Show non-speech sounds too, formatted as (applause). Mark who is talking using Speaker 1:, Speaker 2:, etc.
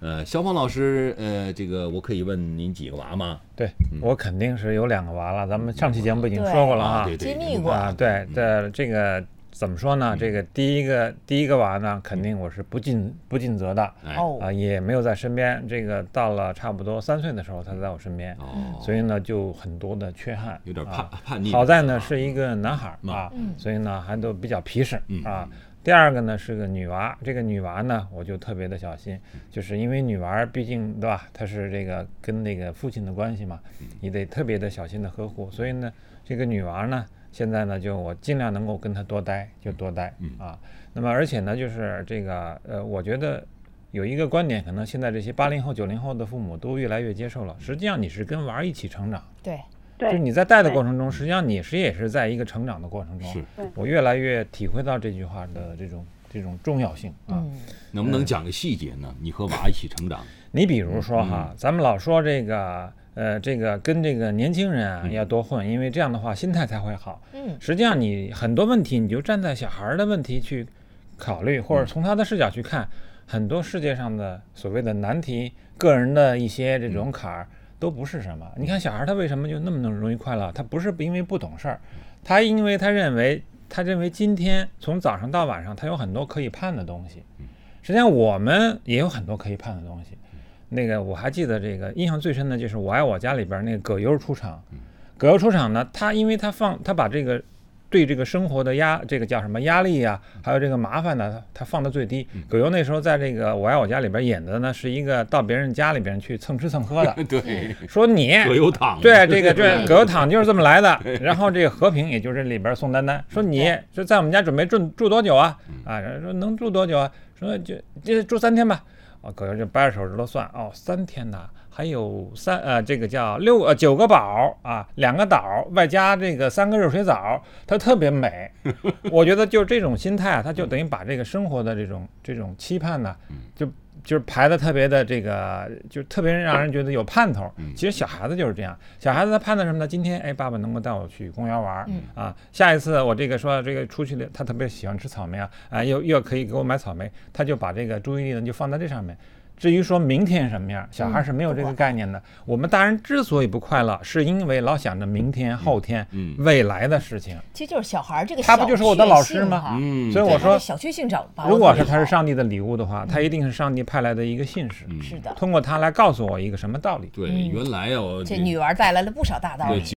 Speaker 1: 呃，肖芳老师，呃，这个我可以问您几个娃吗？
Speaker 2: 对我肯定是有两个娃了，咱们上期节目已经说过了啊
Speaker 1: 对，对哎
Speaker 3: 揭
Speaker 1: 对
Speaker 3: 秘过
Speaker 2: 啊，对，这这个怎么说呢？这个第一个第一个娃呢，肯定我是不尽不尽责的
Speaker 1: 哎，
Speaker 3: 哦
Speaker 2: 啊，也没有在身边。这个到了差不多三岁的时候，他在我身边，
Speaker 1: 哦，
Speaker 2: 所以呢就很多的缺憾，
Speaker 1: 有点
Speaker 2: 啊
Speaker 1: 叛叛逆。
Speaker 2: 好在呢是一个男孩儿啊
Speaker 3: 嗯，
Speaker 2: 所以呢还都比较皮实
Speaker 1: 嗯
Speaker 2: 啊。第二个呢是个女娃，这个女娃呢我就特别的小心，
Speaker 1: 嗯
Speaker 2: 就是因为女娃儿毕竟对吧，她是这个跟那个父亲的关系嘛，
Speaker 1: 嗯
Speaker 2: 你得特别的小心的呵护。所以呢，这个女娃呢，现在呢就我尽量能够跟她多待就多待
Speaker 1: 嗯
Speaker 2: 啊。那么而且呢，就是这个呃，我觉得有一个观点，可能现在这些八零后、九零后的父母都越来越接受了，实际上你是跟娃儿一起成长。
Speaker 3: 对，
Speaker 2: 就是
Speaker 4: 对
Speaker 2: 你在带的过程中，实际上你是也是在一个成长的过程中。
Speaker 1: 是，
Speaker 2: 我越来越体会到这句话的这种这种重要性啊。
Speaker 3: 嗯，
Speaker 1: 能不能讲个细节呢？你和娃一起成长，
Speaker 2: 你比如说哈，咱们老说这个呃，这个跟这个年轻人啊要多混，因为这样的话心态才会好。
Speaker 3: 嗯
Speaker 2: 实际上你很多问题，你就站在小孩儿的问题去考虑，或者从他的视角去看，很多世界上的所谓的难题、个人的一些这种坎儿都不是什么。你看小孩儿他为什么就那么容易快乐？他不是因为不懂事儿，他因为他认为他认为今天从早上到晚上他有很多可以盼的东西。实际上我们也有很多可以盼的东西。那个我还记得这个印象最深的就是《我爱我家》里边儿那个葛优出场。葛优出场呢，他因为他放他把这个对这个生活的压这个叫什么压力呀、还有这个麻烦呢，他放到最低。葛优那时候在这个《我爱我家》里边演的呢，是一个到别人家里边去蹭吃蹭喝的，
Speaker 1: 对，
Speaker 2: 说你
Speaker 1: 葛优躺着。
Speaker 2: 哎对，这个这葛优躺就是这么来的。然后这个和平，也就是里边宋丹丹说你就在我们家准备住住多久啊？
Speaker 1: 嗯
Speaker 2: 啊，然后说能住多久啊？说就就住三天吧。啊，葛优就掰着手指头算，哦，三天呐，还有三呃，这个叫六呃九个宝啊，两个岛，外加这个三个热水澡，它特
Speaker 1: (laughs)
Speaker 2: 别美。我觉得就这种心态啊，他就等于把这个生活的这种这种期盼呢、就就是排的特别的这个，就特别让人觉得有盼头。
Speaker 1: 嗯
Speaker 2: 其实小孩子就是这样，小孩子他盼的什么呢？今天哎，爸爸能够带我去公园玩儿、啊，下一次我这个说这个出去了，他特别喜欢吃草莓啊，啊又又可以给我买草莓，他就把这个注意力呢就放在这上面。至于说明天什么样，小孩是没有这个概念的。我们大人之所以不快乐，是因为老想着明天、后天、
Speaker 1: 嗯
Speaker 2: 未来的事情。
Speaker 3: 其实就是小孩儿这个
Speaker 2: 他不就是我的老师吗
Speaker 1: (laughs)
Speaker 3: 吗？
Speaker 1: 嗯，
Speaker 2: 所以
Speaker 3: 对
Speaker 2: 我
Speaker 3: 他
Speaker 2: 说
Speaker 3: 这小确幸找把握
Speaker 2: 如果是
Speaker 3: 特别
Speaker 2: 他是
Speaker 3: 好
Speaker 2: 上帝的礼物的话，他一定是上帝派来的一个信使，
Speaker 1: 嗯
Speaker 3: 是的，
Speaker 2: 通过他来告诉我一个什么道理。
Speaker 1: 对，原来啊，我
Speaker 3: 这女娃儿带来了不少大道
Speaker 1: 对
Speaker 3: 理。